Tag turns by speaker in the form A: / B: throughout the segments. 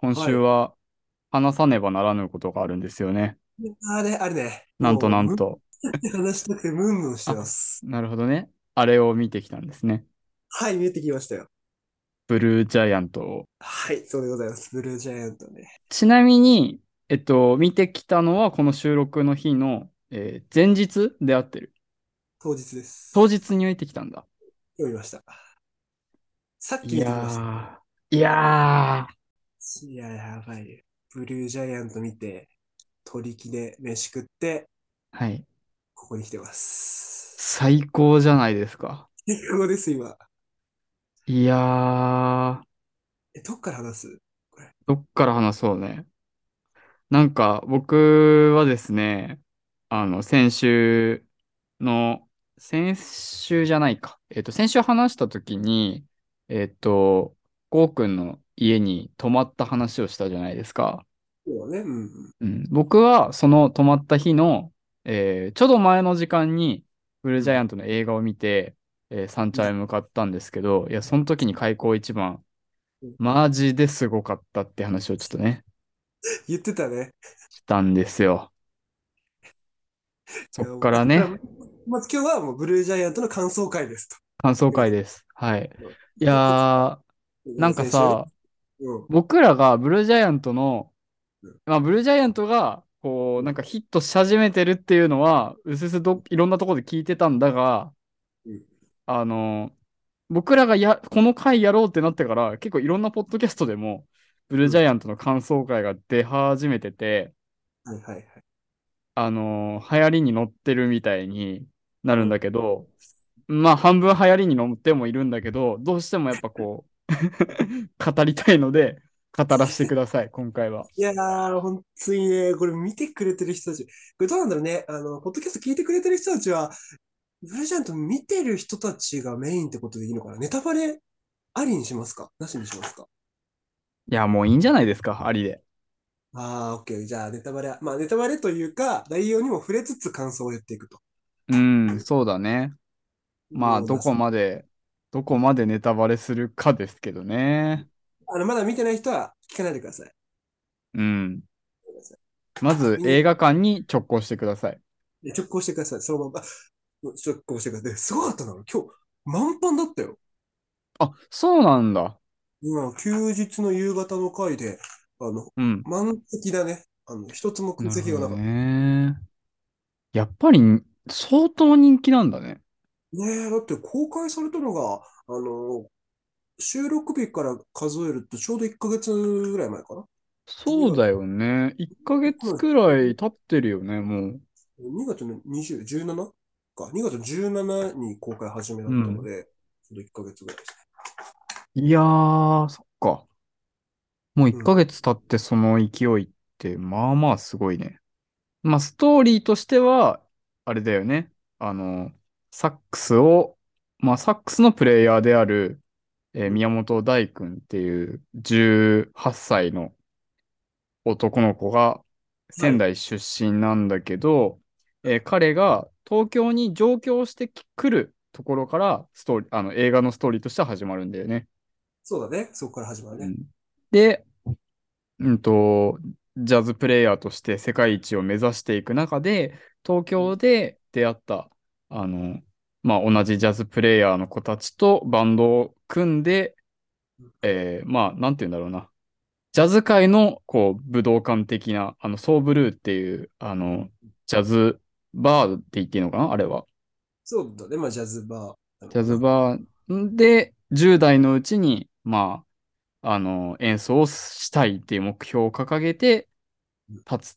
A: 今
B: は
A: 週
B: い。
A: は話さねばならぬことがあるんですよね。
B: あれ、あれね。
A: なんと
B: も
A: な
B: う、
A: ん
B: ムン
A: と。
B: って話したくてムンムンして
A: あ、
B: ます。
A: なるほどね。あれを見てきたんですね。
B: はい、見えてきましたよ。
A: ブルージャイアントを。
B: はい、そうでございます。ブルージャイアントね。
A: ちなみに、えっと、見てきたのはこの収録の日の、えー前日であってる。
B: 当日です。
A: 当日に見てきたんだ。
B: 読みました。さっき
A: い
B: 見てきました。
A: やー、いやー、
B: いや、やばいよ。ブルージャイアント見て、鳥木で飯食って、
A: はい。
B: ここに来てます。
A: 最高じゃないですか。
B: 最高です、今。
A: いやー、
B: え、どっから話すこれ。
A: どっから話そうね。なんか僕はですね、あの先週の、先週じゃないか。えっと、先週話した時に、えっと、ゴーくんの家に泊まった話をしたじゃないですか。
B: そうだね。うんうん。
A: うん、僕はその泊まった日の、えーちょうど前の時間にブルー
B: う
A: ジャイア
B: ん。
A: ントの映画を見て、えー三
B: うん
A: 茶へ向かったんですけど、いや、その時に開口一番、
B: うん
A: マジですごかったって話をちょっとね、
B: 言ってたね。
A: したんですよ。
B: い
A: そ
B: や、
A: っ
B: も
A: か
B: う
A: ら
B: だから、
A: ね、
B: まず今日はもうブルージャイアントの感想会ですと。
A: 感想
B: いうこ
A: 会
B: と
A: です。はい。
B: で。
A: いやー、
B: だか
A: な
B: ら
A: んか
B: 先週ね。
A: さ、
B: うん。
A: 僕らがブルージャイアントの、
B: うん
A: まあ、ブルージャイアントが、こう、なんかヒットし始めてるっていうのは、うすうすど、いろんなところで聞いてたんだが、
B: うん
A: あの、僕らがや、この回やろうってなってから、結構いろんなポッドキャストでも、ブルー
B: う
A: ジ
B: ん。
A: ャイアントの感想会が出始めてて、
B: はいはいはい。
A: あの、流行りに乗ってるみたいにな
B: う
A: るんだ
B: ん。
A: けど、まあ、半分流行りに乗ってもいるんだけど、どうしてもやっぱこう、 語りたいので、語らせてください、今回は。
B: いやー、本当にね、これ見てくれてる人たち、これどうなんだろうね、あの、ポッドキャスト聞いてくれてる人たちは、ブルージャイアント見てる人たちがメインってことでいいのかなネタバレありにしますかなしにしますか
A: いや、もういいんじゃないですか、ありで。
B: ああー、オッケー。じゃあ、ネタバレは、まあ、ネタバレというか、内容にも触れつつ感想を言っていくと。
A: うん、そうだね。まあ、
B: もう、
A: ど
B: ま
A: こ
B: ず、
A: まで、どこまでネタバレするかですけどね。
B: あの、まだ見てない人は聞かないでください。
A: うん。
B: ごめんなさい
A: まず
B: みんな
A: 映画館に直行してください。
B: 直行してください。そのまま、直行してください。ですごかったな。今日、満帆だったよ。
A: あ、そうなんだ。
B: 今、休日の夕方の回で、あの、
A: うん。
B: 満席だね。あの、一つも空
A: なる
B: 席
A: ほ
B: がな
A: ど
B: かった。
A: ね。やっぱり相当人気なんだね。
B: ねえ、だって公開されたのが、あの、収録日から数えるとちょうど1ヶ月ぐらい前かな。
A: そう
B: 2
A: だよね。1ヶ
B: 月、
A: 月
B: はい
A: くらい経ってるよね、もう。
B: 2月の20、17か。2月の17に公開始めだ
A: う
B: った
A: ん。
B: ので、ちょうど1ヶ月ぐらいですね。
A: いやー、そっか。もう1
B: うん。
A: ヶ月経ってその勢いって、まあまあすごいね。まあ、ストーリーとしては、あれだよね。あの、サックスを、まあ、サックスのプレイヤーである、えー
B: う
A: 宮
B: ん。
A: 本大君っていう18歳の男の子が
B: は
A: 仙
B: い。
A: 台出身なんだけど、えー彼が東京に上京してくるところからストーリー、あの映画のストーリーとしては始まるんだよね。
B: そうだね。そこから始まる
A: う
B: ね。
A: ん、で、うんと、ジャズプレイヤーとして世界一を目指していく中で、東
B: うん。
A: 京で出会った、あの、まあ、同じジャズプレイヤーの子たちとバンドを組んで、
B: うん
A: えーまあ、なんて言うんだろうな。ジャズ界の、こう、武道館的な、あの、ソーブルーっていう、あの、ジャズバーって言っていいのかなあれは。
B: そうだね。まあ、ジャズバーなの
A: ジャ
B: か
A: ズ
B: な。
A: バーで、10代のうちに、まあ、あの、演奏をしたいっていう目標を掲げて、
B: うん
A: 立つっ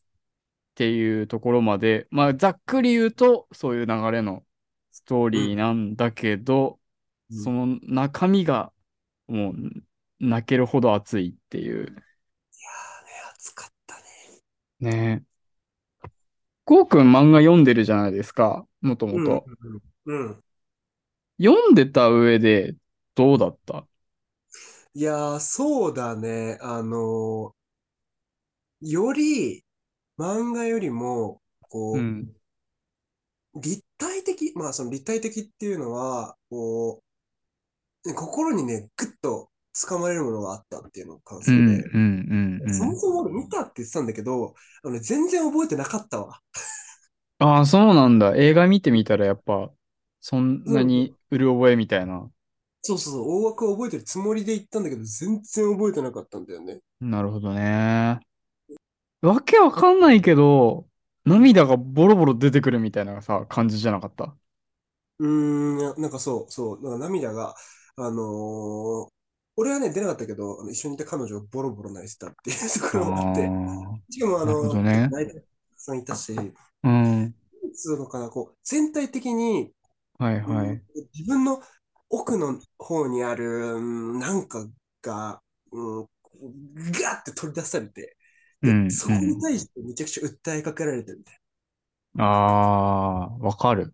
A: ていうところまで、まあ、ざっくり言うと、そういう流れのストー
B: う
A: リー
B: ん。
A: なんだけど、
B: う
A: その
B: ん。
A: 中身が、もう、泣けるほど熱いっていう。
B: いやーね、暑かったね。
A: ねえ。こうくん漫画読んでるじゃないですか、もとも
B: うん、
A: と。
B: うん。うん
A: 読んでた上で、どうだった
B: いやー、そうだね。あのーより、漫画よりも、
A: う
B: こ
A: ん。
B: う、立体的、まあその立体的っていうのは、こう、心にね、ぐっと掴まれるものがあったっていうのを感
A: う
B: 想
A: ん、
B: で、
A: うん、うん
B: そもそも俺見たって言ってたんだけど、あのね全然覚えてなかったわ。
A: ああ、そうなんだ。映画見てみたらやっぱ、そんなにうる覚えみたいな。
B: そうそうそう、大枠を覚えてるつもりで行ったんだけど、全然覚えてなかったんだよね。
A: なるほどね。わけわかんないけど、涙がボロボロ出てくるみたいなさ、感じじゃなかった。
B: うーん、なんかそう、そう、なんか涙が、あのー俺はね、出なかったけど、あの一緒にいた彼女がボロボロ泣いてたっていうところもあって、
A: あ
B: しかもあ
A: あ、なるほ
B: の
A: ど、ね。
B: 泣いてるお客さんいたし、
A: うん。
B: そうのかな、こう、全体的に、
A: はいは
B: うん
A: い。
B: 自分の奥の方にある、うんなんかが、うん、ガーって取り出されて、で
A: うん
B: そこに対してめちゃくちゃ訴えかけられてるみたいな。
A: ああ、わかる。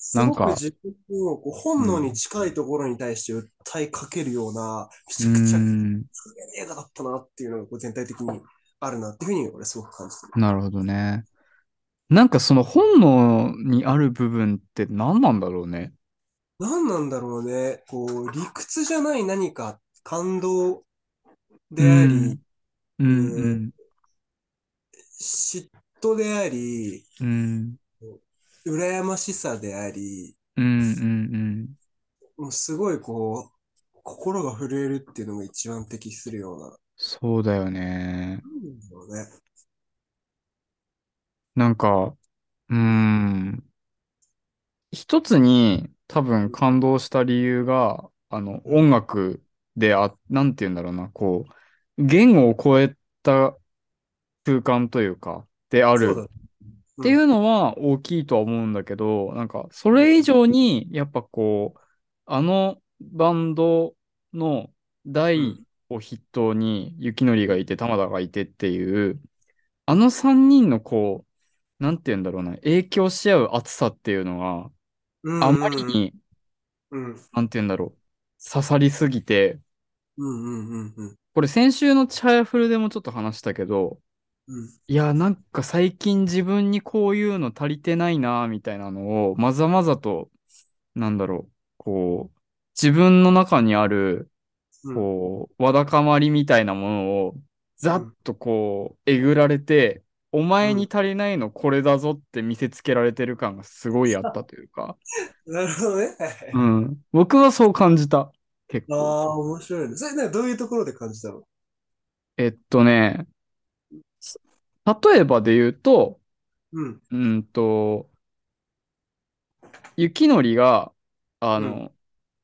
B: す
A: なん
B: ご
A: か
B: く自分のこう本能に近いところに対して訴えかけるような、
A: う
B: めちゃくちゃ
A: ん。
B: すげえ映画だったなっていうのがこう全体的にあるなっていうふうに俺すごく感じてる。
A: なるほどね。なんかその本能にある部分って何なんだろうね。
B: 何なんだろうね。こう、理屈じゃない何か感動であり、
A: うん
B: う
A: うん
B: 嫉妬であり、
A: うん
B: 羨ましさであり、
A: うんうん
B: もうすごいこう、心が震えるっていうのが一番適するような。
A: そうだよね。
B: なんだろうね。
A: なんか、うーん。一つに多分感動した理由が、あの、音楽であ、なんて言うんだろうな、こう、言語を超えた空間というか、であ
B: そう
A: る
B: だ。
A: っ
B: って
A: いうのは大きいとは思うんだけど、なんかそれ以上にやっぱこう、あのバンドの大を筆頭に雪のりがいて玉田がいてっていう、あの3人のこう、なんて言うんだろうな、影響し合う熱さっていうの
B: うん
A: があまりに、
B: うん
A: なんて言うんだろう、刺さりすぎて、
B: うんうんうんうん
A: これ先週のチャイフルでもちょっと話したけど、
B: うん
A: いや、なんか最近自分にこういうの足りてないな、みたいなのを、まざまざと、なんだろう、こう、自分の中にある、
B: うん
A: こう、わだかまりみたいなものを、ざっとこう、えぐられて、お前に足りないのこれだぞって見せつけられてる感がすごいあったというか、
B: なるほど ね。はいはい
A: うん。僕はそう感じた。結構。
B: ああ、面白いね。それね、どういうところで感じたの
A: えっとね、す例えばで言うと、
B: うん。
A: うんと、雪のりが、あの、
B: う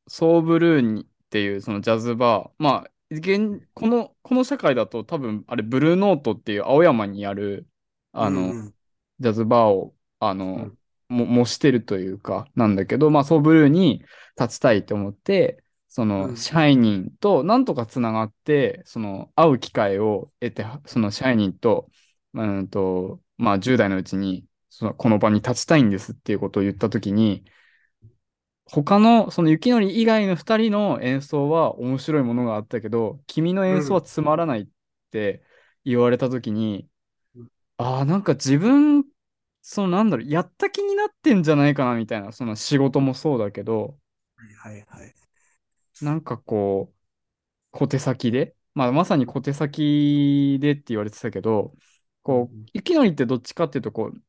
A: ソーブルーンっていうそのジャズバー、まあ、現、この、この社会だと多分、あれ、ブルーノートっていう青山にある、あの、
B: うんうん
A: ジャズバーを、あの、も、模してるというか、なんだけど、まあ、ソーブルーに立ちたいと思って、その、
B: うん
A: シャイニンと、なんとかつながって、その、会う機会を得て、その、シャイニンと、うんと、まあ、10代のうちに、その、この場に立ちたいんですっていうことを言ったときに、他の、その、雪のり以外の2人の演奏は面白いものがあったけど、君の演奏はつまらないって言われたときに、
B: うん
A: ああ、なんか自分そのなんだろう、やった気になってんじゃないかなみたいな、その仕事もそうだけど、
B: はいはいはい。
A: なんかこう、小手先で、まあまさに小手先でって言われてたけど、こう、雪のりってどっちかっていうとこう、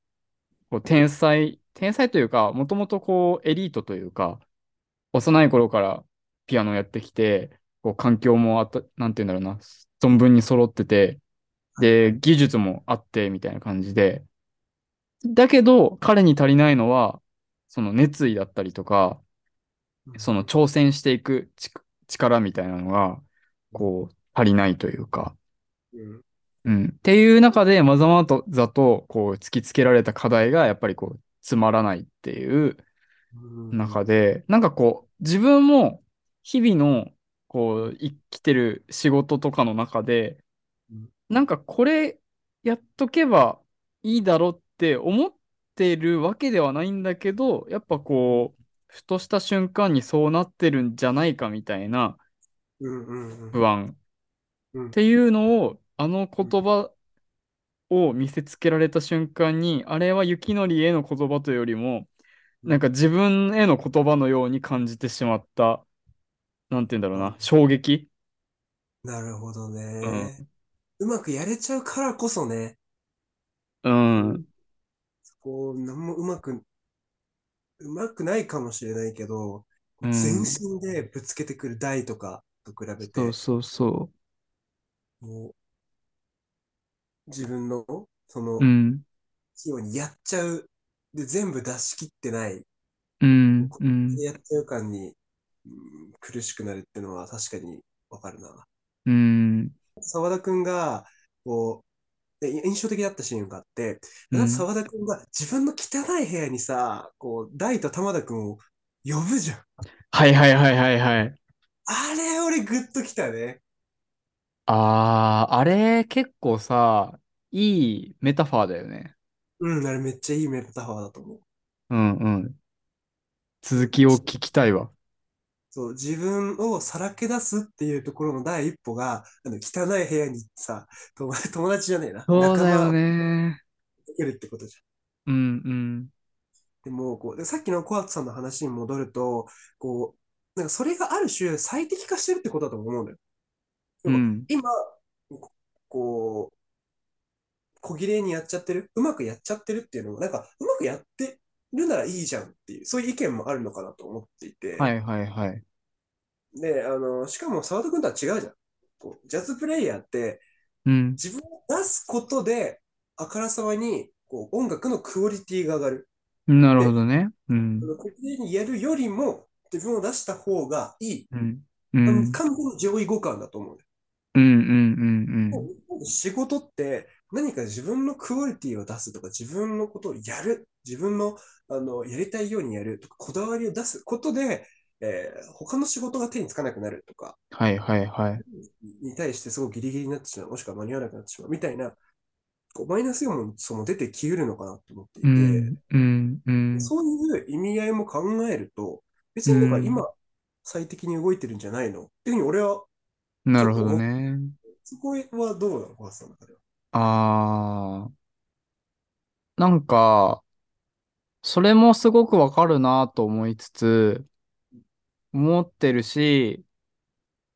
A: こう天才、天才というか、もともとこう、エリートというか、幼い頃からピアノをやってきて、こう、環境もあった、なんて言うんだろうな、存分に揃ってて、で、技術もあって、みたいな感じで。だけど、彼に足りないのは、その熱意だったりとか、その挑戦していくち力みたいなのが、こう、足りないというか。
B: うん
A: うん。っていう中で、まざまとざと、こう、突きつけられた課題が、やっぱりこう、つまらないっていう
B: うん
A: 中で、なんかこう、自分も、日々の、こう、生きてる仕事とかの中で
B: うん、
A: なんかこれ、やっとけばいいだろうって思ってるわけではないんだけど、やっぱこう、ふとした瞬間にそうなってるんじゃないかみたいな、
B: うんうんうん
A: 不安
B: うん
A: っていうのをあの言葉を見せつけられた瞬間にあれは雪のりへの言葉というよりもなんか自分への言葉のように感じてしまったなんて言うんだろうな衝撃
B: なるほど
A: う
B: ね。うまくやれちゃうからこそね、
A: うん。
B: そこう、なんもうまく、うまくないかもしれないけど、
A: うん
B: 全身でぶつけてくる台とかと比べて
A: そう、そうそ
B: もう、自分の、その
A: う。う、ん。
B: 器用にやっちゃう。で、全部出し切ってない。
A: うん。うん。
B: やっちゃう感に、うん苦しくなるってのは確かにわかるな。
A: うん。
B: 沢田くんが、こう、で印象的だったシーンがあって、
A: うん
B: 沢田くんが自分の汚い部屋にさ、こう、大と玉田くんを呼ぶじゃん。
A: はいはいはいはいはい。
B: あれ、俺グッときたね。
A: ああ、あれ結構さ、いいメタファーだよね。
B: うん、あれめっちゃいいメタファーだと思う。
A: うんうん。続きを聞きたいわ。
B: そう、自分をさらけ出すっていうところの第一歩が、あの、汚い部屋にさ、友 達友達じゃねえな、
A: そうだよ
B: 仲間を
A: ね。
B: 作るってことじゃん。
A: うんうん。
B: でも、こう、でさっきのコアトさんの話に戻ると、こう、なんかそれがある種最適化してるってことだと思うんだよ。で
A: う
B: も
A: ん。
B: 今、ここう、小綺麗にやっちゃってる、うまくやっちゃってるっていうのも、なんか、うまくやってるならいいじゃんっていう、そういう意見もあるのかなと思っていて。
A: はいはいはい。
B: で、あの、しかも澤田君とは違うじゃん。こう、ジャズプレイヤーって、
A: うん。
B: 自分を出すことで、あからさまに、こう、音楽のクオリティが上がる。
A: なるほどね。うん。
B: これにやるよりも自分を出した方がいい。
A: うん。う
B: あ
A: ん。う
B: の
A: ん
B: 完全に上位互換だと思うね。
A: うんうんうん。
B: 仕事って何か自分のクオリティを出すとか自分のことをやる、自分の、あのやりたいようにやるとかこだわりを出すことで、えー他の仕事が手につかなくなるとか
A: はいはいはい。
B: に対してすごくギリギリになってしまう、もしくは間に合わなくなってしまうみたいな、こうマイナス要もその出てきうるのかなと思っていて、
A: うんうんうん。
B: そういう意味合いも考えると、別になんか今、最適に動いてるんじゃないのっていうふうに俺は、
A: なるほどね。
B: そこはどうなの小橋さんの中では。
A: ああ。なんか、それもすごくわかるなと思いつつ、思ってるし、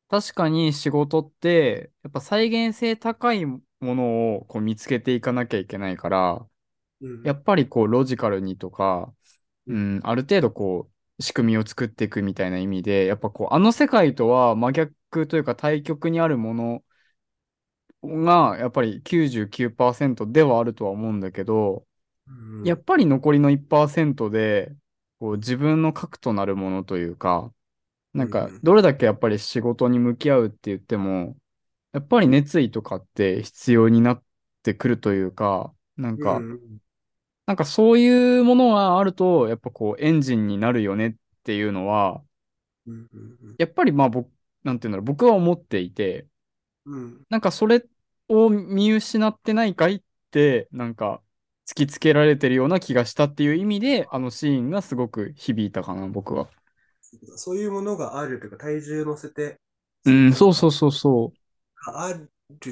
A: 確かに仕事って、やっぱ再現性高いものをこう見つけていかなきゃいけないから、
B: うん
A: やっぱりこうロジカルにとか、うん、ある程度こう仕組みを作っていくみたいな意味で、やっぱこうあの世界とは真逆というか対極にあるものがやっぱり99%ではあるとは思うんだけど、
B: うん
A: やっぱり残りの1%で、こう自分の核となるものというか、なん
B: う
A: か
B: んうん
A: どれだけやっぱり仕事に向き合うって言っても、やっぱり熱意とかって必要になってくるというか、なんか、
B: うん
A: なんかそういうものがあると、やっぱこうエンジンになるよねっていうのは、
B: うんうん
A: やっぱりまあ僕、なんていうんだろう、僕は思っていて、
B: うん
A: なんかそれを見失ってないかいって、なんか突きつけられてるような気がしたっていう意味で、あのシーンがすごく響いたかな、僕は。
B: そういうものがあるというか、体重乗せて、
A: うん、そうそうそうそう。
B: ある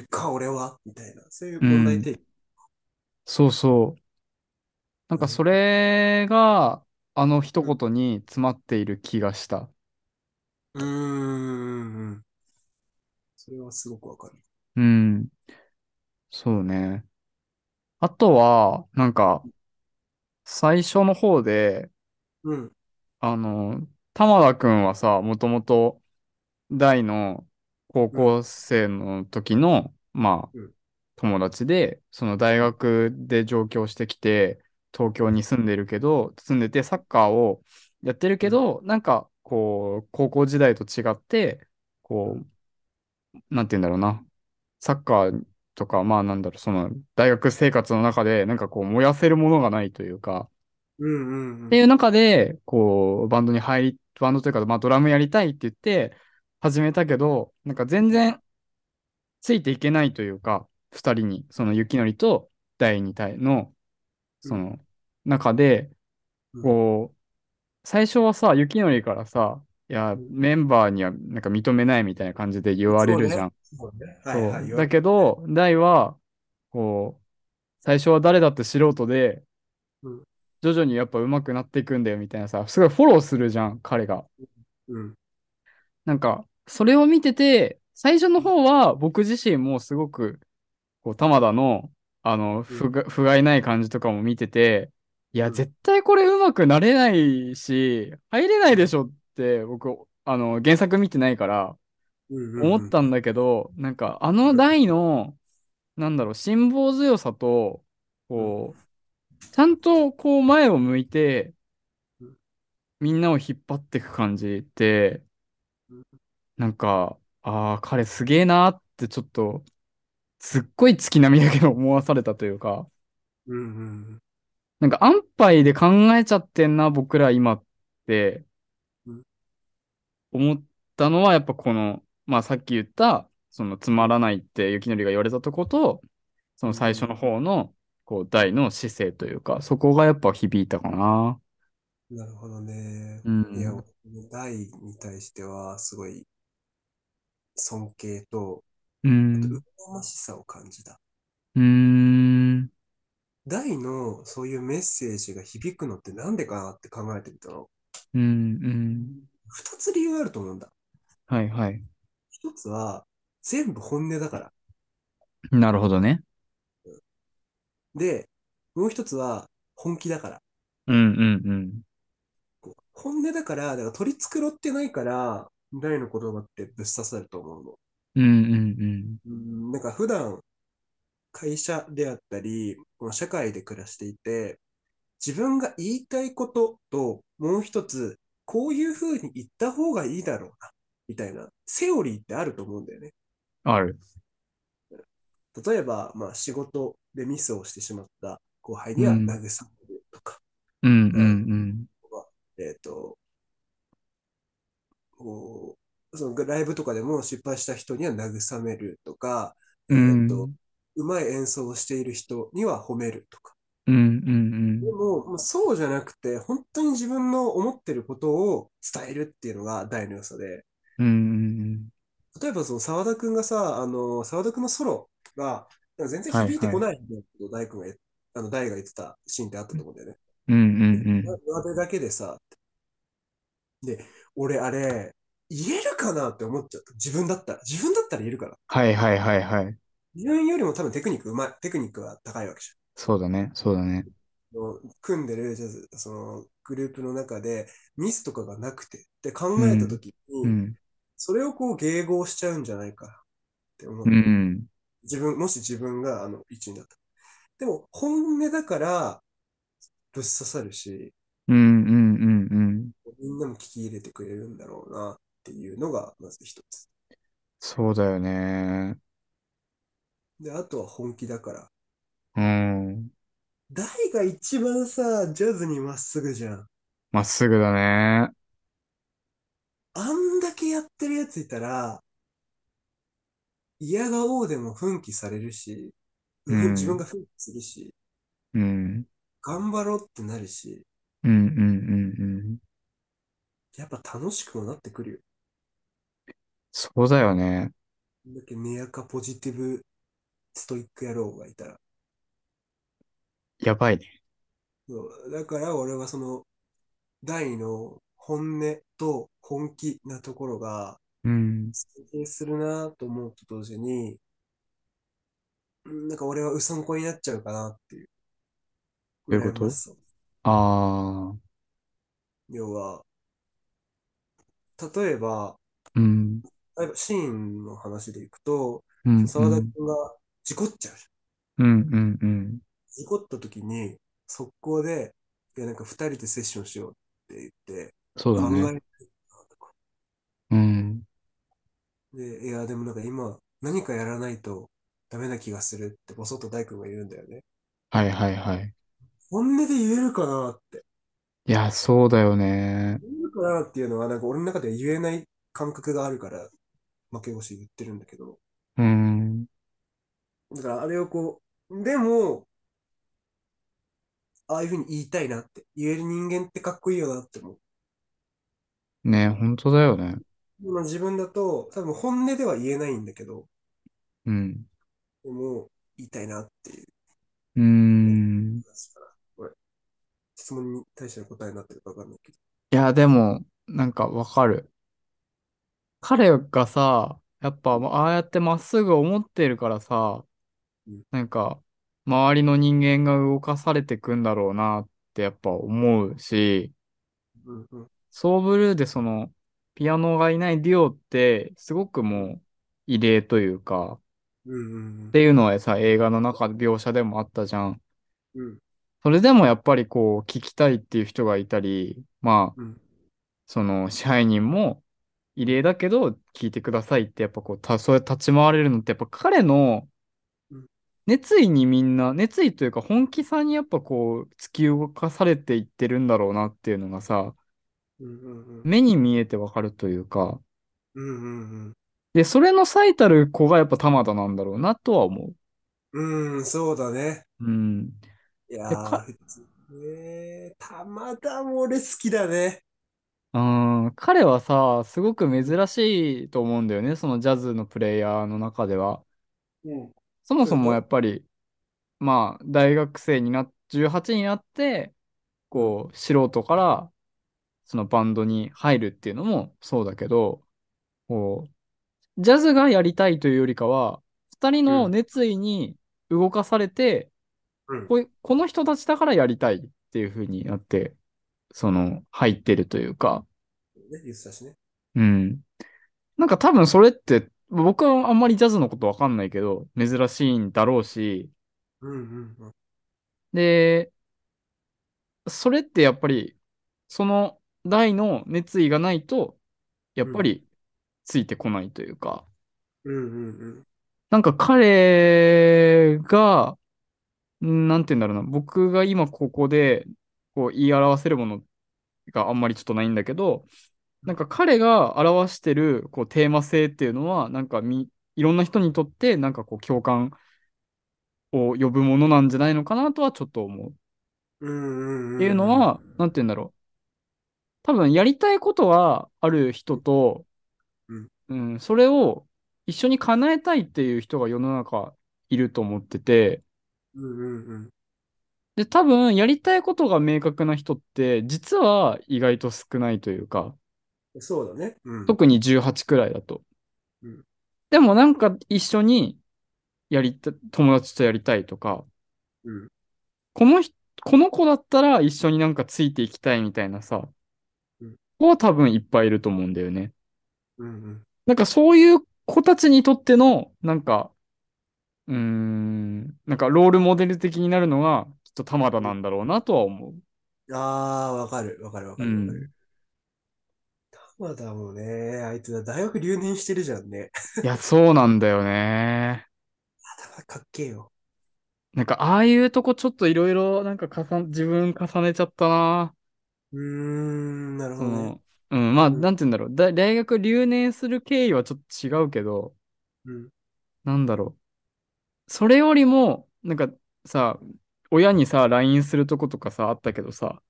B: か、俺は、みたいな、そういう問題提起。
A: そうそう。なんかそれが、あの一言に詰まっている気がした。
B: うーん。それはすごくわかる。
A: うん。そうね。あとは、なんか、最初の方で、
B: うん。
A: あの、玉田くんはさ、もともと、大の高校生の時の、まあ
B: うん、
A: 友達で、その大学で上京してきて、東京に住んでるけど、住んでてサッカーをやってるけど、なんか、こう、高校時代と違って、こう、なんて言うんだろうな、サッカーとか、まあなんだろう、その、大学生活の中で、なんかこう、燃やせるものがないというか、
B: うんうんう
A: っ
B: ん
A: ていう中で、こう、バンドに入り、バンドというか、まあ、ドラムやりたいって言って、始めたけど、なんか全然、ついていけないというか、二人に、その、雪のりと第二体の、その、中で、
B: うん
A: こう、最初はさ、雪のりからさ、いや、
B: うん
A: メンバーにはなんか認めないみたいな感じで言われるじゃん。
B: そうね。
A: そ
B: は
A: う
B: いはい。言わ
A: だ
B: れ
A: けど、大は、こう、最初は誰だって素人で、
B: うん
A: 徐々にやっぱ上手くなっていくんだよみたいなさ、すごいフォローするじゃん、彼が。
B: うん。
A: なんか、それを見てて、最初の方は僕自身もすごくこう、玉田の、あの、ふが、不甲斐ない感じとかも見てて、いや、
B: うん
A: 絶対これうまくなれないし、入れないでしょって、僕、あの、原作見てないから、思っ。たんだけど、なんかあの台の、なんだろう、辛抱強さと、こう、ちゃんとこう前を向いて
B: うん、
A: みんなを引っ張っていく感じって
B: うん、
A: なんか、ああ、彼すげえなーってちょっと、すっごい月並みだけど思わされたというか、
B: うんうん
A: なんか安牌で考えちゃってんな、僕ら今って
B: うん、
A: 思ったのは、やっぱこの、まあさっき言った、そのつまらないって雪のりが言われたとこと、その最初の方の、こう、大の姿勢というか、そこがやっぱ響いたかな。
B: うん。なるほどね。
A: うん
B: いや、大に対しては、すごい、尊敬と、
A: う
B: あと
A: ん。
B: 羨ましさを感じた。
A: うーん。
B: 大のそういうメッセージが響くのってなんでかなって考えてみたの。
A: うん。うん。
B: 二つ理由があると思うんだ。
A: はいはい。
B: 一つは、全部本音だから。
A: なるほどね。
B: で、もう一つは、本気だから。
A: うんうんうん。
B: こう本音だから、だから取り繕ってないから、大の言葉ってぶっ刺さると思うの。
A: うんうん
B: うんなんか普段会社であったり、この社会で暮らしていて、自分が言いたいことと、もう一つ、こういうふうに言った方がいいだろうな、みたいな、セオリーってあると思うんだよね。
A: うん。ある。
B: 例えば、まあ仕事でミスをしてしまった後輩には
A: うん
B: 慰めるとか、
A: うんうん
B: えっと、こう、そのライブとかでも失敗した人には慰めるとか、
A: うん。うん。
B: えっと、うまい演奏をしている人には褒めるとか。
A: うんうん
B: でも、もうそうじゃなくて、本当に自分の思ってることを伝えるっていうのが大の良さで、
A: うん。うん
B: 例えばその澤田くんがさ、あの、澤田くんのソロが、なんか全然響いてこないみたいなことを大君が言っ、あの、大が言ってたシーンってあったと思うんだよね。
A: うんうんうん
B: な上辺だけでさ、で、俺あれ、言えるかなって思っちゃった。自分だったら。自分だったら言えるから。
A: はいはいはいはい。
B: 自分よりも多分テクニックうまい。テクニックは高いわけじゃん。
A: そうだね、そうだね。
B: の組んでるジャズそのグループの中でミスとかがなくてって考えた時に、
A: うん。
B: それをこう迎合しちゃうんじゃないかって思う。
A: うん。
B: 自分、もし自分があの一員だったら。でも本音だからぶっ刺さるし、
A: うんうんうんうん。
B: みんなも聞き入れてくれるんだろうなっていうのがまず一つ。
A: そうだよね。
B: で、あとは本気だから。
A: うん。
B: 大が一番さ、ジャズにまっすぐじゃん。
A: まっすぐだね。
B: あんだけやってるやついたら、嫌がおうでも奮起されるし、
A: うん
B: 自分が奮起するし、
A: うん。
B: 頑張ろうってなるし、
A: うんうんうんうん。
B: やっぱ楽しくもなってくるよ。
A: そうだよね。
B: あんだけ目やかポジティブストイック野郎がいたら。
A: やばいね。
B: そうだから俺はその、大の本音と本気なところが、
A: うん。
B: 尊敬するなと思うと同時に、うんなんか俺はうさんこになっちゃうかなっていう。
A: どういうこと
B: 羨ましさ
A: ああ。
B: 要は、例えば、
A: うん。
B: 例えばシーンの話でいくと、
A: うん。
B: 沢田君が事故っちゃうじゃん。
A: うんうんうん。
B: 事故った時に、速攻で、いや、なんか二人でセッションしようって言って、
A: そう
B: 考
A: だ
B: え
A: ね。
B: るとか。
A: うん。
B: で、いや、でもなんか今、何かやらないとダメな気がするって、ボソッと大君が言うんだよね。
A: はいはいはい。
B: 本音で言えるかなって。
A: いや、そうだよね。
B: 言えるかなっていうのは、なんか俺の中では言えない感覚があるから、負け越し言ってるんだけど。
A: うん。
B: だからあれをこう、でも、ああいうふうに言いたいなって、言える人間ってかっこいいよなって思う。
A: ね、本当だよね。
B: 今自分だと、多分本音では言えないんだけど、
A: うん。
B: でも、言いたいなっていう
A: うん。
B: 話から、これ、質問に対しての答えになってるかわかんないけど。
A: いや、でも、なんかわかる。彼がさ、やっぱ、ああやってまっすぐ思ってるからさ、
B: うん
A: なんか、周りの人間が動かされてくんだろうなってやっぱ思うし、
B: うんうん
A: ソーブルーでその、ピアノがいないデュオって、すごくもう、異例というか、
B: うんうんうん
A: っていうのはさ、映画の中で描写でもあったじゃん。
B: うん
A: それでもやっぱりこう、聞きたいっていう人がいたり、まあ、
B: うん
A: その支配人も異例だけど聞いてくださいってやっぱこうたそう立ち回れるのってやっぱ彼の
B: うん
A: 熱意にみんな熱意というか本気さにやっぱこう突き動かされていってるんだろうなっていうのがさ
B: うんうんうん
A: 目に見えてわかるというか
B: うんうん
A: でそれの最たる子がやっぱ玉田なんだろうなとは思
B: うんうんそうだね。
A: う。うん、
B: いや
A: で
B: ー、
A: か
B: 普通ね。たまたま俺好きだね。
A: うん彼はさすごく珍しいと思うんだよねそのジャズのプレイヤーの中では。
B: うん。
A: そもそ
B: そう
A: も
B: だ
A: やっぱり、まあ、大学生になっ、18になって、こう、素人から、そのバンドに入るっていうのもそうだけど、こう、ジャズがやりたいというよりかは、二人の
B: うん
A: 熱意に動かされて、
B: うん
A: こういこの人たちだからやりたいっていう風になって、その、入ってるというか、
B: ね、言ってたしね。
A: うん。なんか多分それって、僕はあんまりジャズのことわかんないけど、珍しいんだろうし、
B: うんうんうん。
A: で、それってやっぱり、その代の熱意がないと、やっぱりついてこないというか、
B: うんうんうん。
A: なんか彼が、んなんて言うんだろうな、僕が今ここでこう言い表せるものがあんまりちょっとないんだけど、なんか彼が表してるこうテーマ性っていうのは、なんかみ、いろんな人にとって、なんかこう共感を呼ぶものなんじゃないのかなとはちょっと思う。
B: うんうんうんうん。
A: っていうのは、なんて言うんだろう。多分やりたいことはある人と、
B: うん
A: うん、それを一緒に叶えたいっていう人が世の中いると思ってて、
B: うんうんうん。
A: で、多分やりたいことが明確な人って、実は意外と少ないというか、
B: そうだね。うん。
A: 特に18くらいだと。
B: うん
A: でもなんか一緒にやりた、友達とやりたいとか、
B: うん
A: この人、この子だったら一緒になんかついていきたいみたいなさ
B: うん、
A: 子は多分いっぱいいると思うんだよね。
B: うんうん。
A: なんかそういう子たちにとっての、なんか、うーん、なんかロールモデル的になるのが、きっと玉田なんだろうなとは思う。
B: ああ、わかる、わかる、わか
A: う
B: る、わか
A: ん
B: る。。まだもうね、あいつ大学留年してるじゃんね。
A: いや、そうなんだよね。
B: 頭かっけえよ。
A: なんか、ああいうとこちょっといろいろ、なんか重ね、自分重ねちゃったな。
B: うーん、なる
A: そ
B: ほどね。
A: の、うん、まあ、
B: うん
A: なんて言うんだろう。だ大学留年する経緯はちょっと違うけど、
B: うん、
A: なんだろう。それよりも、なんかさ、親にさ、LINE するとことかさ、あったけどさ、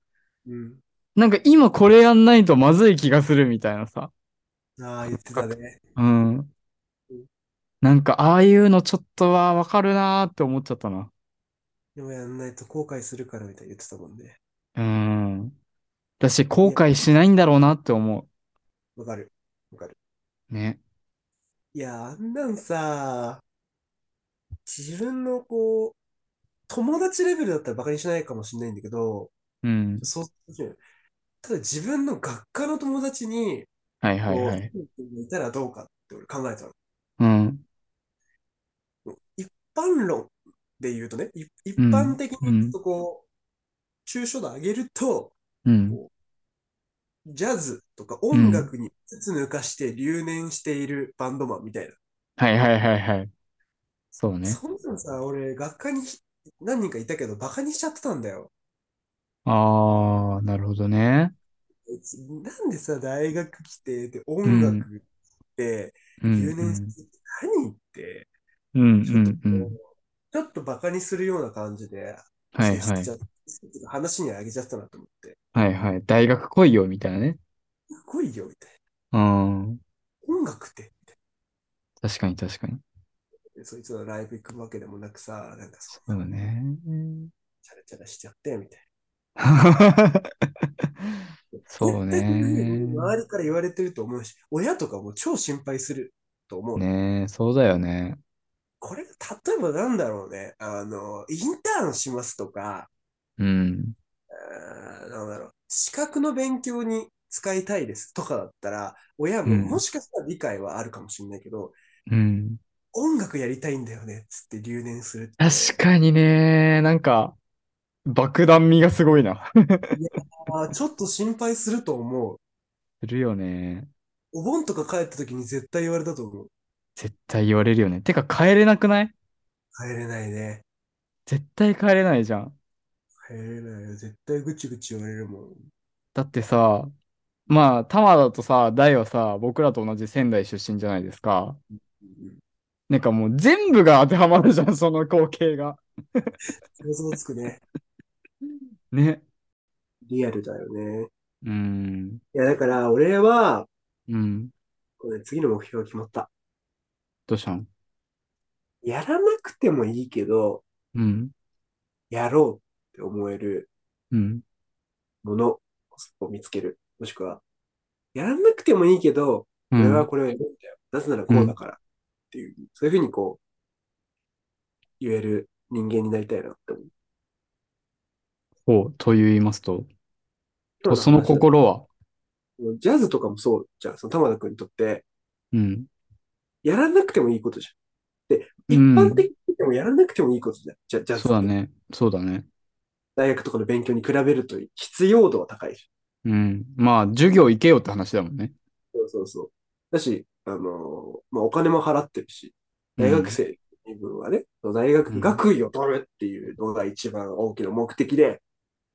B: うん。
A: なんか今これやんないとまずい気がするみたいなさ。
B: ああ、言ってたね。
A: うん。なんかああいうのちょっとはわかるなーって思っちゃったな。
B: でもやんないと後悔するからみたいに言ってたもんね。
A: うん。だし後悔しないんだろうなって思
B: わかる。
A: う。ね。
B: いや、あんなんさ、自分のこう、友達レベルだったらバカにしないかもしれないんだけど、
A: うん。
B: そう、ただ自分の学科の友達に、
A: はいはい
B: こ
A: は
B: う、
A: い。
B: いたらどうかって俺考えたの。
A: うん。
B: 一般論で言うとね、い一
A: うん
B: 般的にちょっとこう、抽象度上げると、
A: うん。
B: ジャズとか音楽につつ抜かして留年しているバンドマンみたいな。
A: はいはいはいはい。そうね。
B: そんなのさ、俺、学科に何人かいたけど、バカにしちゃってたんだよ。
A: ああ、なるほどね。
B: なんでさ、大学来て、で、音楽って、
A: うん
B: 留年してて何って、
A: うん
B: ち
A: う
B: ょっと
A: ん
B: こ
A: うん。
B: う、ちょっとバカにするような感じで、
A: はいはい。
B: 接しちゃって話にあげちゃったなと思って、
A: はいはい。大学来いよ、みたいなね。
B: すごいよ、みたい
A: うん。
B: な。音楽って。
A: 確かに確かに。
B: でそいつのライブ行くわけでもなくさ、なんかそ
A: そ
B: ん
A: う
B: な
A: ね。
B: チャラチャラしちゃってみたいな。
A: そう
B: 絶対
A: ね。
B: 周りから言われてると思うし、親とかも超心配すると思う。
A: ねえ、そうだよね。
B: これ、例えばなんだろうね。あの、インターンしますとか、
A: うん。
B: あーなんだろう、資格の勉強に使いたいですとかだったら、親
A: う
B: も
A: ん
B: もしかしたら理解はあるかもしれないけど、
A: うん。
B: 音楽やりたいんだよねっつって留年するって。
A: 確かにね、なんか、爆弾味がすごいな。
B: あーちょっと心配すると思う。
A: するよね。
B: お盆とか帰った時に絶対言われたと思う。
A: 絶対言われるよね。てか帰れなくない
B: 帰れないね。
A: 絶対帰れないじゃん。
B: 帰れないよ。絶対ぐちぐち言われるもん。
A: だってさ、まあ、玉だとさ、大はさ、僕らと同じ仙台出身じゃないですか。なんかもう全部が当てはまるじゃん、その光景が。
B: 想像つくね。
A: ね。
B: リアルだよね。
A: うーん。
B: いや、だから俺は、
A: うん。
B: これ次の目標が決まった。
A: どうしたん
B: やらなくてもいいけど、
A: うん。
B: やろうって思える。
A: うん。
B: ものを見つける。もしくは、やらなくてもいいけど、
A: う
B: 俺
A: ん。
B: はこれをやるんだよ。なぜならこうだから。っていう、そういうふうにこう、言える人間になりたいなって思う。
A: ほう、と言いますと、とその
B: 話だ
A: 心は、
B: ジャズとかもそうじゃん。その玉田君にとって、
A: うん。
B: やらなくてもいいことじゃん。で、
A: うん
B: 一般的に見てもやらなくてもいいことじゃん。じゃジャズ
A: そうだね。そうだね。
B: 大学とかの勉強に比べると必要度は高いじ
A: うん。まあ、授業行けよって話だもんね。
B: ゃん。そうそうそう。だし、あのーまあ、お金も払ってるし、大学生の分はね、大
A: う
B: 学
A: ん
B: 学位を取るっていうのが一番大きな目的で、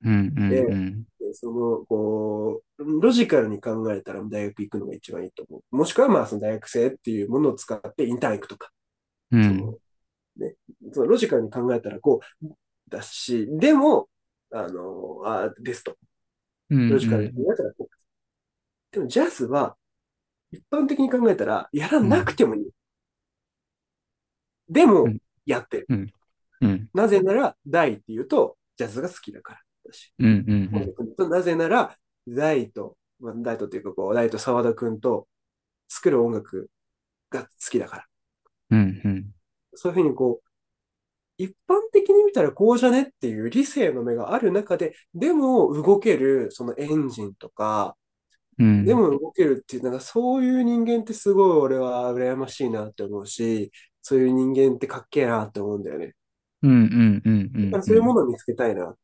A: うん。うん。
B: で
A: うん。
B: でその、こう、ロジカルに考えたら大学行くのが一番いいと思う。もしくは、まあ、その大学生っていうものを使ってインターン行くとか、
A: う
B: そ
A: ん。
B: のね、そのロジカルに考えたらこう、だし、でも、あの、あですと。
A: うん。
B: ロジカルに考えたらこう。でも、ジャズは、一般的に考えたら、やらなくてもいい。でも
A: うん、
B: やってる。
A: うん。
B: なぜなら、大って言うと、ジャズが好きだからだし。
A: うん。うん。うん。
B: なぜなら、大と、まあ、大とっていうか、こう、大と沢田くんと作る音楽が好きだから。
A: うん。うん。
B: そういうふうにこう、一般的に見たらこうじゃねっていう理性の目がある中で、でも動ける、そのエンジンとか、
A: うん。
B: でも動けるっていう、なんかそういう人間ってすごい俺は羨ましいなって思うし、そういう人間ってかっけえなって思うんだよね。
A: うん。うん。うん。うん。
B: だからそういうものを見つけたいな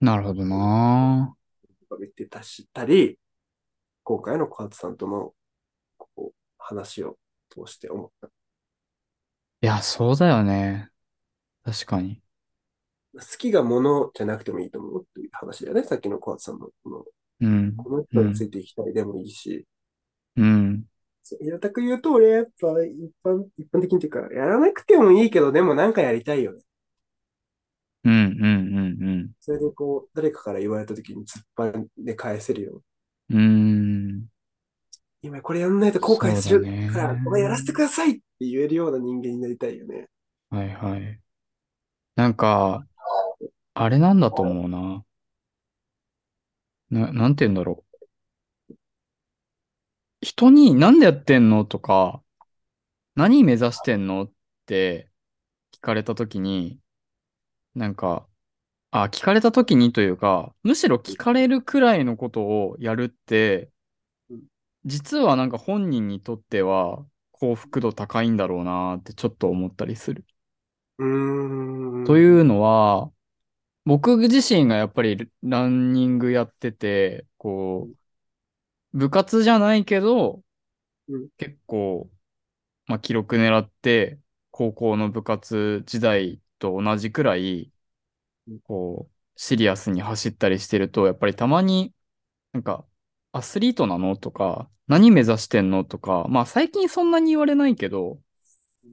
A: なるほどな
B: とか言ってたしたり、今回の小松さんとのこう話を通して思った。
A: いや、そうだよね。確かに。
B: 好きがものじゃなくてもいいと思うっていう話だよね。さっきの小松さんのこの
A: うん。
B: この人についていきたいでもいいし。
A: うん。
B: そう平たく言うと、俺やっぱ一般、一般的にっていうか、やらなくてもいいけど、でもなんかやりたいよね。
A: うん。うん。うん。
B: それでこう、誰かから言われた時に突っ張んで返せるように。
A: うん。うん。
B: 今これやんないと後悔する
A: そうだね
B: から、お前やらせてくださいって言えるような人間になりたいよね。
A: はいはい。なんか、あれなんだと思うな。な、なんて言うんだろう。人になんでやってんのとか、何目指してんのって聞かれたときに、なんか、あ、聞かれたときにというか、むしろ聞かれるくらいのことをやるって
B: うん、
A: 実はなんか本人にとっては幸福度高いんだろうなってちょっと思ったりする。
B: うーん。
A: というのは、僕自身がやっぱりランニングやってて、こう、部活じゃないけど
B: うん、
A: 結構、まあ、記録狙って、高校の部活時代と同じくらい
B: うん、
A: こう、シリアスに走ったりしてると、やっぱりたまに、なんか、アスリートなのとか、何目指してんのとか、まあ最近そんなに言われないけど、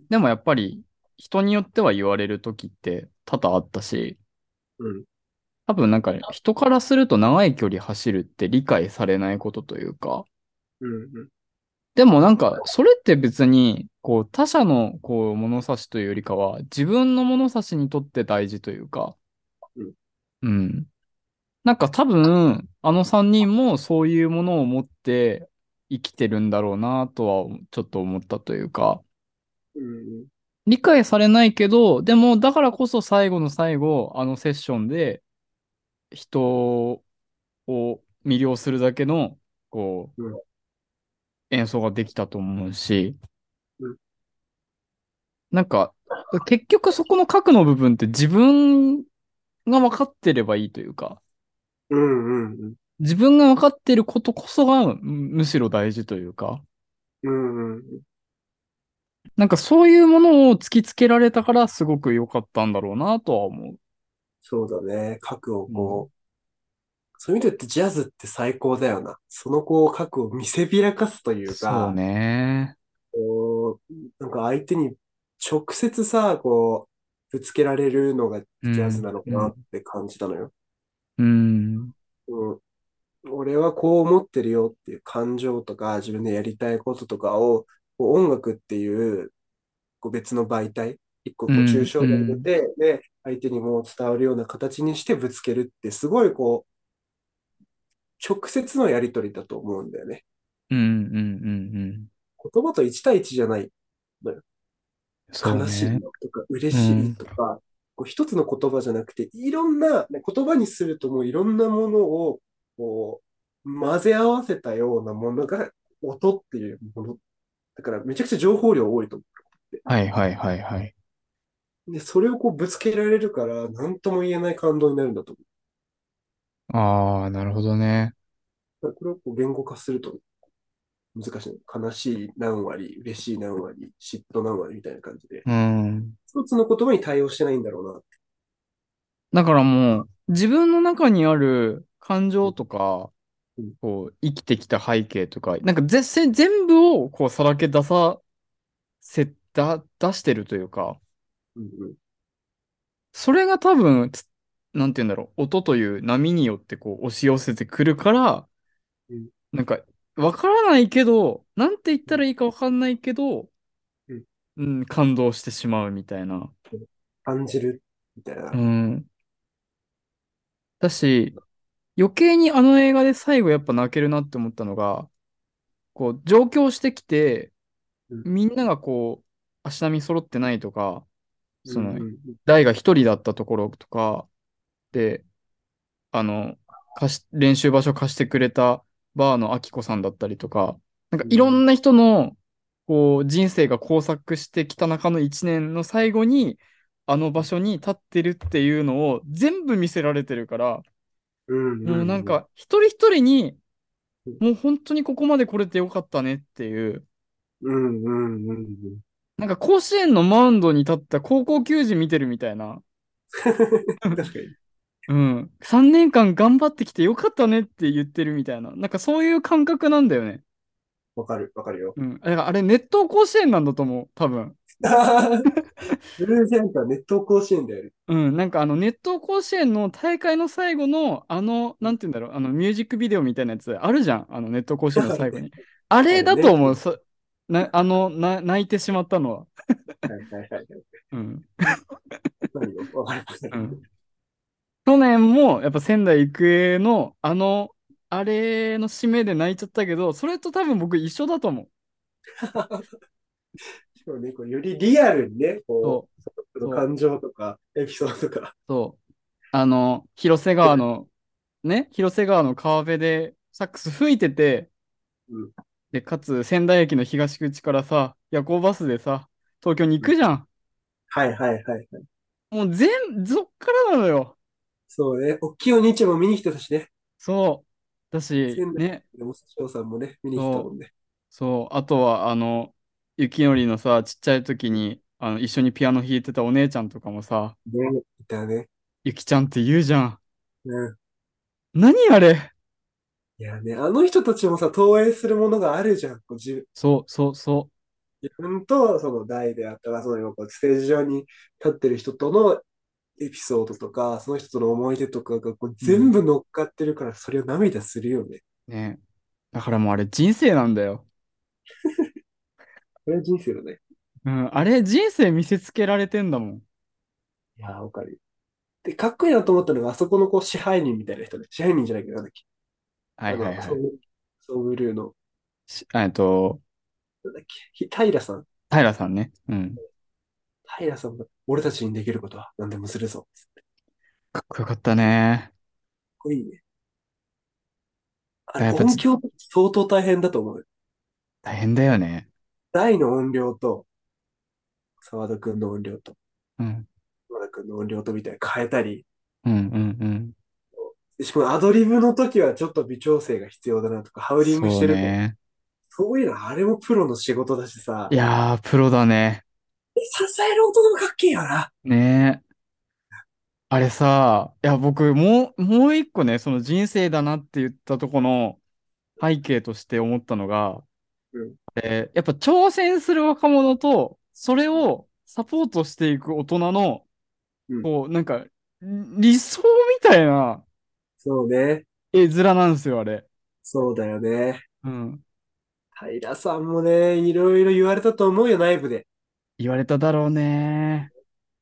A: でもやっぱり人によっては言われる時って多々あったし、
B: うん。
A: 多分なんか人からすると長い距離走るって理解されないことというか、
B: うん。うん。
A: でもなんかそれって別にこう他者のこう物差しというよりかは自分の物差しにとって大事というか、
B: うん
A: うん。なんか多分あの3人もそういうものを持って生きてるんだろうなとはちょっと思ったというか、
B: うん
A: 理解されないけど、でも、だからこそ最後の最後、あのセッションで、人を魅了するだけの、こう、
B: うん
A: 演奏ができたと思うし、
B: うん
A: なんか、結局そこの核の部分って自分が分かってればいいというか、
B: うんうんうん。
A: 自分が分かってることこそがむむしろ大事というか、
B: うんうん。
A: なんかそういうものを突きつけられたからすごく良かったんだろうなとは思う。
B: そうだね。核をこう。そういう意味で言ってジャズって最高だよな。そのこう核を見せびらかすというか。
A: そうね。
B: こう、なんか相手に直接さ、こう、ぶつけられるのがジャズなのかなって感じたのよ。
A: うん。
B: うん。俺はこう思ってるよっていう感情とか、自分でやりたいこととかを、こう音楽っていう、こう別の媒体、一個こう
A: うん
B: 抽象度を入れて、で、相手にも伝わるような形にしてぶつけるって、すごいこう、直接のやりとりだと思うんだよね。
A: うんうんうんうん。
B: 言葉と1対1じゃない。
A: そう
B: 悲しい
A: ね。
B: とか嬉しいとか、こう一つの言葉じゃなくて、いろんな、ね言葉にするともういろんなものをこう混ぜ合わせたようなものが音っていうもの。だからめちゃくちゃ情報量多いと思
A: はいはいはいはい。
B: う。で、それをこうぶつけられるから、何とも言えない感動になるんだと思う。
A: ああ、なるほどね。
B: だからこれをこう言語化すると難しい。悲しい何割、嬉しい何割、嫉妬何割みたいな感じで。
A: うん。
B: 一つの言葉に対応してないんだろうな。
A: だからもう、自分の中にある感情とか
B: うん、
A: こう、生きてきた背景とか、なんかぜ全部をこう、さらけ出させ、だ、出してるというか、
B: うんうん。
A: それが多分、つなんて言うんだろう、音という波によってこう押し寄せてくるから
B: うん、
A: なんか、わからないけど、なんて言ったらいいかわかんないけど
B: うん、
A: うん、感動してしまうみたいな。
B: 感じるみたいな
A: う。ん。だし、余計にあの映画で最後やっぱ泣けるなって思ったのが、こう、上京してきて、
B: うん
A: みんながこう、足並み揃ってないとか、その
B: うんうんうん
A: 大が一人だったところとか、で、あの、貸し、練習場所貸してくれたバーのアキコさんだったりとか、なんかいろんな人の、こう、人生が交錯してきた中の一年の最後に、あの場所に立ってるっていうのを全部見せられてるから、
B: うん
A: もうなん、か一人一人に、もう本当にここまで来れてよかったねっていう、
B: うんうんうんうん。
A: なんか甲子園のマウンドに立った高校球児見てるみたいな、
B: 確かに。
A: うん。3年間頑張ってきてよかったねって言ってるみたいな。なんかそういう感覚なんだよね。
B: わかる、わかるよ。
A: うん。だからあれ、熱湯甲子園なんだと思う。多分。
B: ブルージェンターネット甲子園だよね。
A: うん。なんかあの、熱湯甲子園の大会の最後の、あの、なんて言うんだろう、あの、ミュージックビデオみたいなやつあるじゃん。あの、熱湯甲子園の最後 に。あれだと思う。そなあのな、泣いてしまったのは。
B: はいはいはい。
A: うん。
B: わかるよ。わかるわ
A: う
B: かる。
A: ん。去年も、やっぱ仙台育英の、あの、あれの締めで泣いちゃったけど、それと多分僕一緒だと思う。
B: しかもね、こうよりリアルに
A: そ
B: ね、
A: う
B: こう、その感情とか、エピソードとか。
A: そう。あの、広瀬川の、ね、広瀬川の川辺でサックス吹いてて、
B: うん
A: で、かつ仙台駅の東口からさ、夜行バスでさ、東京に行くじゃん。
B: はいはいはいはい。
A: もう全、そっからなのよ。
B: そうね、おっきいお兄ちゃんも見に来てたしね。
A: そう。だし
B: 仙、台
A: ね、
B: でも、翔さんもね、見に来てたもんね。
A: そう。あとは、あの、雪のりのさ、ちっちゃい時に、あの、一緒にピアノ弾いてたお姉ちゃんとかもさ、
B: ね、いたね。
A: ゆきちゃんって言うじゃん。
B: うん。
A: 何あれ
B: いやね、あの人たちもさ、投影するものがあるじゃん。こう自分
A: そう、そう、そう。
B: 自分とその台であったら、そのこうステージ上に立ってる人とのエピソードとか、その人との思い出とかがこう全部乗っかってるから、それは涙するよね。
A: ねだからもうあれ人生なんだよ。
B: これは人生だね。
A: うん、あれ人生見せつけられてんだもん。
B: いやー、わかる。で、かっこいいなと思ったのが、あそこのこう支配人みたいな人ね。支配人じゃないけど、なんだっけ。
A: はいはい
B: あの
A: は
B: ソ
A: い
B: ングソングルーの、
A: し。えっと、
B: なんだっけ、ひ平さん。
A: 平さんね。うん。
B: 平さんも、俺たちにできることは何でもするぞ。か
A: か
B: っ
A: っこよかったね。
B: こいいね。あ
A: や
B: れ、
A: っぱ
B: 音響相当大変だと思う。
A: 大変だよね。
B: 大の音量と、沢田くんの音量と、
A: うん。
B: 沢田くんの音量とみたいに変えたり、
A: うんうん
B: でしかもアドリブの時はちょっと微調整が必要だなとか、ハウ
A: うん。
B: リングしてる
A: そうね。
B: と、そういうの、あれもプロの仕事だしさ、
A: いやー、プロだね。
B: え支える音の楽器やな。
A: ねえ。あれさ、いや、僕、もう、もう一個ね、その人生だなって言ったとこの背景として思ったのが、
B: うん
A: えーやっぱ挑戦する若者と、それをサポートしていく大人の、
B: うん
A: こう、なんか、理想みたいな
B: そうね。
A: 絵面なんですよ、あれ。
B: そうだよね。
A: うん。
B: 平さんもね、いろいろ言われたと思うよ、内部で。
A: 言われただろうね。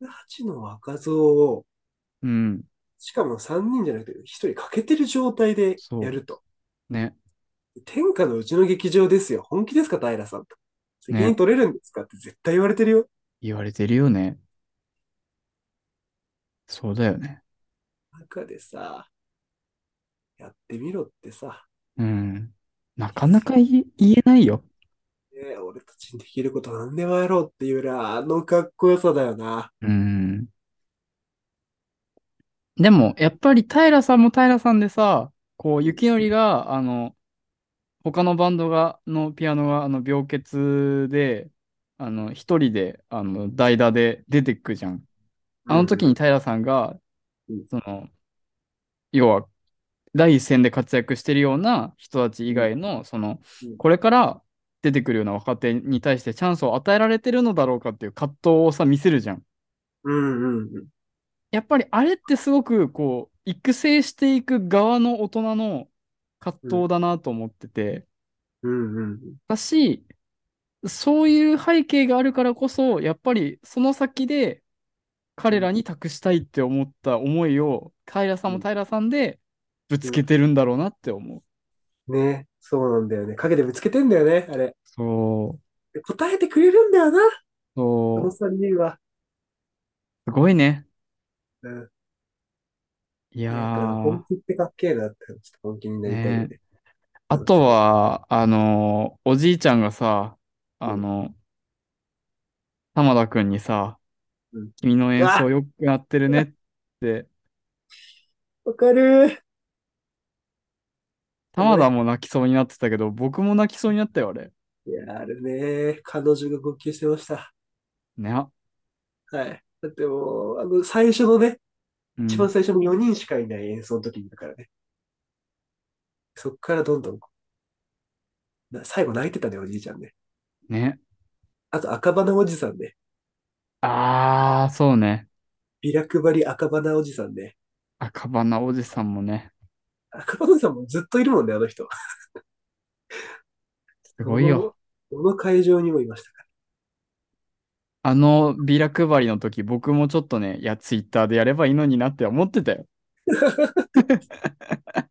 B: 8の若造を、
A: うん。
B: しかも3人じゃなくて1人欠けてる状態でやると。
A: ね。
B: 天下のうちの劇場ですよ。本気ですか、平さんと。責任取れるんですかって絶対言われてるよ。
A: 言われてるよね。そうだよね。
B: 中でさ、やってみろってさ、
A: うん。なかなか言え言えないよ。
B: ねえ俺たちにできること何でもやろうっていうら、あのかっこよさだよな。
A: うん。でも、やっぱり平さんも平さんでさ、こう、雪のりが、あの、他のバンドが、のピアノが、あの、病欠で、あの、一人で、あの、代打で出てくじゃん。あの時に平さんが
B: うん、
A: その、要は、第一線で活躍してるような人たち以外の、その
B: うん、
A: これから出てくるような若手に対してチャンスを与えられてるのだろうかっていう葛藤をさ、見せるじゃん。
B: うんうんうん。
A: やっぱりあれってすごく、こう、育成していく側の大人の葛藤だなと思ってて、
B: うんうんうん。
A: だし、そういう背景があるからこそ、やっぱりその先で彼らに託したいって思った思いを、平さんも平さんでぶつけてるんだろうなって思う。
B: ね、そうなんだよね。陰でぶつけてんだよね、あれ。
A: そう、
B: で答えてくれるんだよな、こ
A: そ
B: の
A: う、す
B: 3人は。
A: ごいね。
B: うん。
A: い
B: だ
A: や
B: から
A: ー
B: 本。気ってかっけえなって、ちょっと本気になりたいよね。
A: あとは、あのーおじいちゃんがさ、あの、玉田くんにさ
B: うん、
A: 君の演奏よくなってるねって、
B: わかる
A: 玉田も泣きそうになってたけど、僕も泣きそうになったよ、あれ。
B: いや、あれね、彼女が号泣してました。
A: ね。
B: はい。だってもう、あの、最初のね、
A: うん
B: 一番最初の4人しかいない演奏の時にだからね。そっからどんどんこう、な最後泣いてたね、おじいちゃんね。
A: ね。
B: あと赤鼻おじさんね。
A: ああ、そうね。
B: ビラ配り赤鼻おじさんね。
A: 赤鼻おじさんもね、
B: 赤鼻おじさんもずっといるもんね、あの人。
A: すごいよ。
B: この。この会場にもいましたか
A: あのビラ配りの時、僕もちょっとね、いや、ツイッターでやればいいのになって思ってたよ。
B: ら。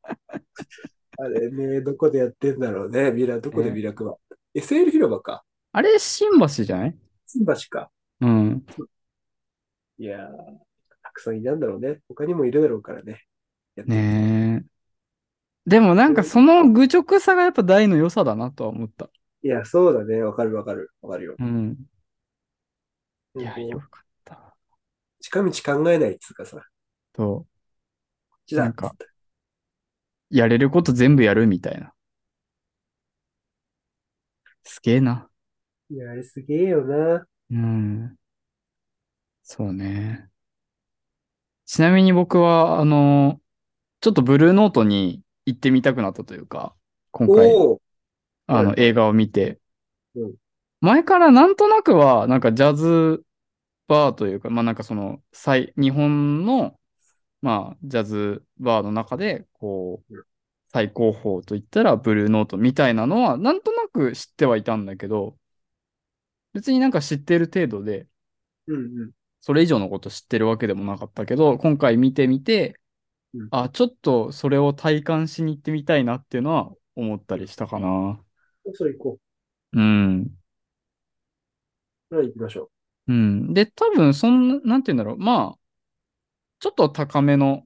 B: あれね、どこでやってんだろうね、ビラ、どこでビラ配り。SL 広場か。
A: あれ、新橋じゃない
B: 新橋か。
A: うん。
B: いやー、たくさんいたんだろうね。他にもいるだろうからね。やってみたい
A: ねえ。でもなんかその愚直さがやっぱ大の良さだなとは思った。
B: いや、そうだね。わかるわかる。わかるよ。
A: うん。い
B: こ
A: や、
B: う
A: よかった。
B: 近道考えないっつうかさ、こっ
A: と、
B: ちだ
A: なん
B: っつ
A: か
B: って。
A: やれること全部やるみたいな。すげえな。
B: いや、あれすげえよな。
A: うん。そうね。ちなみに僕は、あの、ちょっとブルーノートに行ってみたくなったというか、今回、
B: おお、
A: あの、映画を見て
B: うん、
A: 前からなんとなくは、なんかジャズバーというか、まあなんかその、最日本の、まあ、ジャズバーの中で、こう
B: う、
A: 最高峰といったらブルーノートみたいなのは、なんとなく知ってはいたんだけど、別になんか知ってる程度で、
B: うんうん。
A: それ以上のこと知ってるわけでもなかったけど、今回見てみて
B: うん、
A: あ、ちょっとそれを体感しに行ってみたいなっていうのは思ったりしたかな。
B: それ行こ
A: うん。
B: う。それ行きましょ
A: うん。で、多分、そんな、なんて言うんだろう。まあ、ちょっと高めの、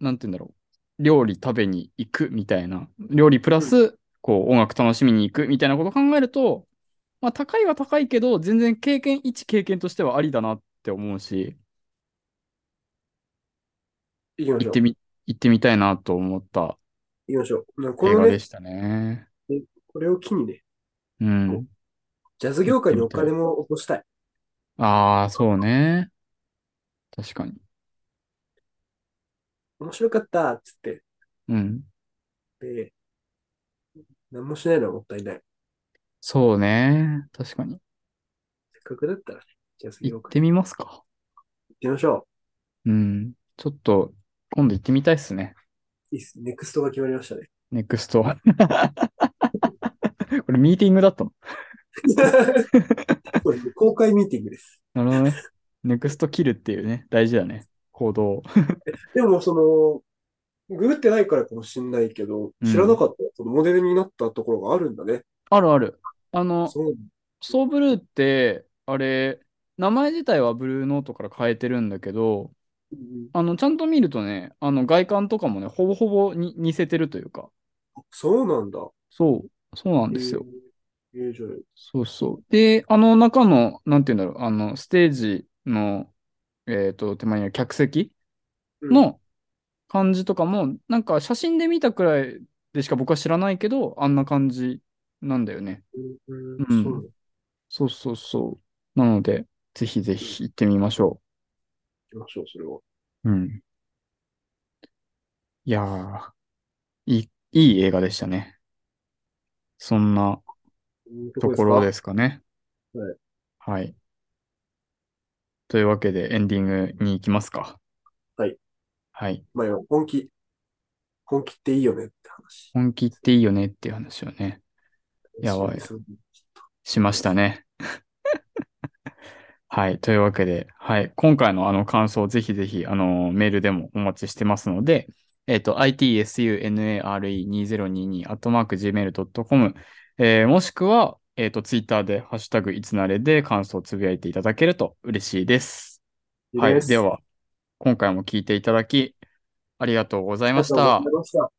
A: なんて言うんだろう。料理食べに行くみたいな。料理プラス、こう、音楽楽しみに行くみたいなことを考えると、まあ、高いは高いけど、全然経験、一経験としてはありだなって思うし、
B: 行きまし
A: 行
B: ょ
A: っ
B: う。
A: てみ、行ってみたいなと思った
B: 行きましょう。なんかこ
A: 映
B: の
A: 画で
B: ね、
A: したね。
B: これを機にね、
A: うん。
B: ジャズ業界にお金も落としたい。
A: ああ、そうね。確かに。
B: 面白かったっつって、
A: うん。
B: で、何もしないのはもったいない。
A: そうね。確かに。
B: せっかくだったらね、ジャズ
A: 行
B: 業
A: っ
B: 界
A: てみますか。
B: 行ってみましょ
A: うん。ちょっと、今度行ってみたいっすね。
B: う。いいっす。ネクストが決まりまし たね。
A: ネクスト。これミーティングだったの。
B: そうですね公開ミーティングです。
A: なるほどね。ネクスト切るっていうね、大事だね。行動を。
B: でも、その、ググってないからかもしんないけど、
A: うん
B: 知らなかった、そのモデルになったところがあるんだね。
A: あるある。あの、
B: そう。
A: ソーブルーって、あれ、名前自体はブルーノートから変えてるんだけど、
B: うん
A: あの、ちゃんと見るとね、あの、外観とかもね、ほぼほぼに似せてるというか、
B: そうなんだ。
A: そう、そうなんですよ。
B: えー。えーじゃあ
A: そうそう。で、あの中の、なんていうんだろう、あの、ステージの、えっと、手前には客席
B: うん
A: の感じとかも、なんか写真で見たくらいでしか僕は知らないけど、あんな感じなんだよね。
B: うん
A: うん
B: そうなんだ。
A: そうそうそう。なので、ぜひぜひ行ってみましょ
B: 行きましょう、それは。
A: う。うん。いやー、いい、いい映画でしたね。そんなところですすかね。
B: はい
A: はい。というわけでエンディングに行きますか。
B: はい。
A: はい。
B: か。まあ、今本気。本気っていいよねって話。
A: 本気っていいよねっていう話をね、やばい
B: そう
A: しましたね。 はい。というわけで、はい。今回のあの感想、ぜひぜひ、あのメールでもお待ちしてますので、えっ、と、itsunare2022 アットマーク gmail.com、えーもしくは、えっ、と、ツイッターで、ハッシュタグいつなれで感想をつぶやいていただけると嬉しいです。
B: いい
A: はい、
B: です
A: では、今回も聞いていただき、ありがとうござい
B: あり
A: ま
B: が
A: し
B: とうござ
A: た
B: い。ました。